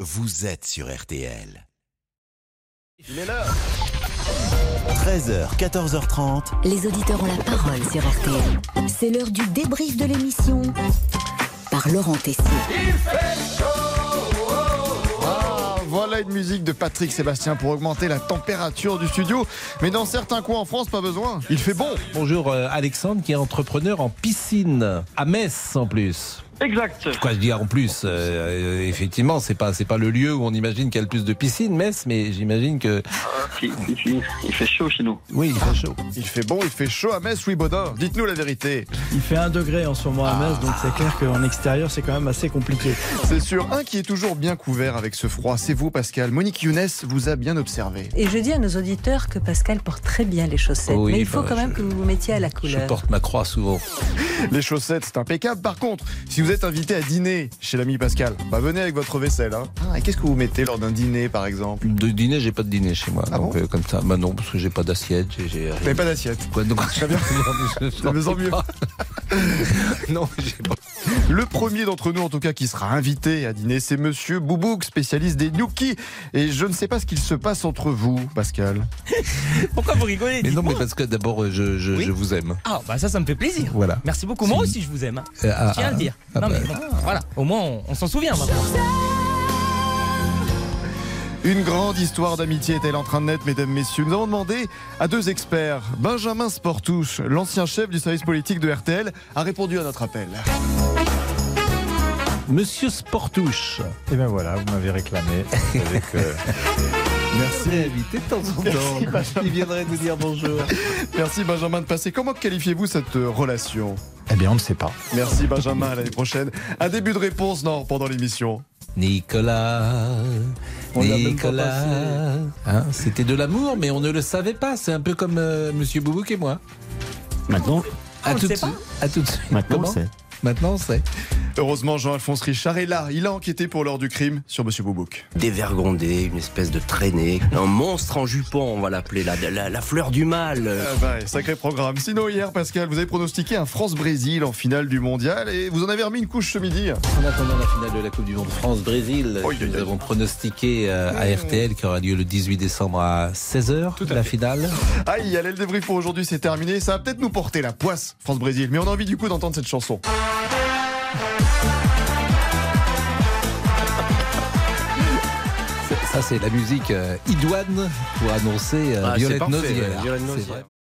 vous êtes sur RTL. Il est l'heure 13h, 14h30. Les auditeurs ont la parole sur RTL. C'est l'heure du débrief de l'émission par Laurent Tessier. Ah, Voilà une musique de Patrick Sébastien pour augmenter la température du studio. Mais dans certains coins en France, pas besoin. Il fait bon. Bonjour euh, Alexandre qui est entrepreneur en piscine à Metz en plus. Exact. Quoi je dis en plus euh, euh, Effectivement, c'est pas c'est pas le lieu où on imagine qu'il y a le plus de piscines, Metz, mais j'imagine que Il, il- il fait chaud chez nous. oui, il fait chaud. Il fait bon, il fait chaud à Metz, oui, Baudin. Dites-nous la vérité. Il fait 1 degré en ce moment à Metz, donc c'est clair qu'en extérieur, c'est quand même assez compliqué. C'est sûr, un qui est toujours bien couvert avec ce froid, c'est vous, Pascal. Monique Younes vous a bien observé. Et je dis à nos auditeurs que Pascal porte très bien les chaussettes, Oui, mais il faut bah, quand même je- que vous vous mettiez à la Je couleur. porte ma croix souvent. Les chaussettes, c'est impeccable. Par contre, si vous êtes invité à dîner chez l'ami Pascal, bah venez avec votre vaisselle. hein. Ah, et qu'est-ce que vous mettez lors d'un dîner, par exemple De dîner, j'ai pas de dîner chez moi. Ah donc bon euh, comme ça, bah non, parce que j'ai pas d'assiette, j'ai- j'ai Vous rien. n'avez pas d'assiette. Quoi, donc, Très bien. Je De mieux en mieux. non, j'ai pas. Le premier d'entre nous, en tout cas, qui sera invité à dîner, c'est Monsieur Boubouk, spécialiste des gnocchis. Et je ne sais pas ce qu'il se passe entre vous, Pascal. Pourquoi vous rigolez Mais non, dites-moi mais parce que d'abord, euh, je, je, Oui. je vous aime. Ah bah ça, ça me fait plaisir. Voilà. Merci beaucoup. Moi aussi, je vous aime. hein. Euh, ah, Je tiens à le ah, dire. ah non bah. mais bon, voilà. Au moins, on, on s'en souvient. maintenant. Une grande histoire d'amitié est-elle en train de naître, mesdames, messieurs Nous avons demandé à deux experts. Benjamin Sportouche, l'ancien chef du service politique de RTL, a répondu à notre appel. Monsieur Sportouche. Et bien voilà, vous m'avez réclamé. Vous savez que- Merci. invité de temps en temps. Il viendrait nous dire bonjour. Merci Benjamin de passer. Comment qualifiez-vous cette euh, relation Eh bien, on ne sait pas. Merci Benjamin, à l'année prochaine. Un début de réponse, non, pendant l'émission. Nicolas. On l'a même pas Nicolas. passé. Hein, C'était de l'amour, mais on ne le savait pas. C'est un peu comme euh, Monsieur Boubouk et moi. Maintenant, À on le tout sait de pas suite. À tout de suite. maintenant Comment c'est. Maintenant, on sait. Heureusement, Jean-Alphonse Richard est là. Il a enquêté pour l'heure du crime sur Monsieur Boubouk. dévergondé, une espèce de traînée, un monstre en jupon, on va l'appeler, la, la, la fleur du mal. Ah bah, sacré programme. Sinon, hier, Pascal, vous avez pronostiqué un France-Brésil en finale du mondial et vous en avez remis une couche ce midi. En attendant la finale de la Coupe du Monde France-Brésil, Oui, que oui, nous oui. avons pronostiqué euh, à RTL qui aura lieu le 18 décembre à 16h, la finale. Aïe, allez, le débrief pour aujourd'hui, c'est terminé. Ça va peut-être nous porter la poisse, France-Brésil, mais on a envie du coup d'entendre cette chanson. Ça, c'est la musique euh, idoine pour annoncer euh, Ah, c'est Violette parfait, Nozière. ouais, Violette euh, Ah, C'est Nozière. vrai.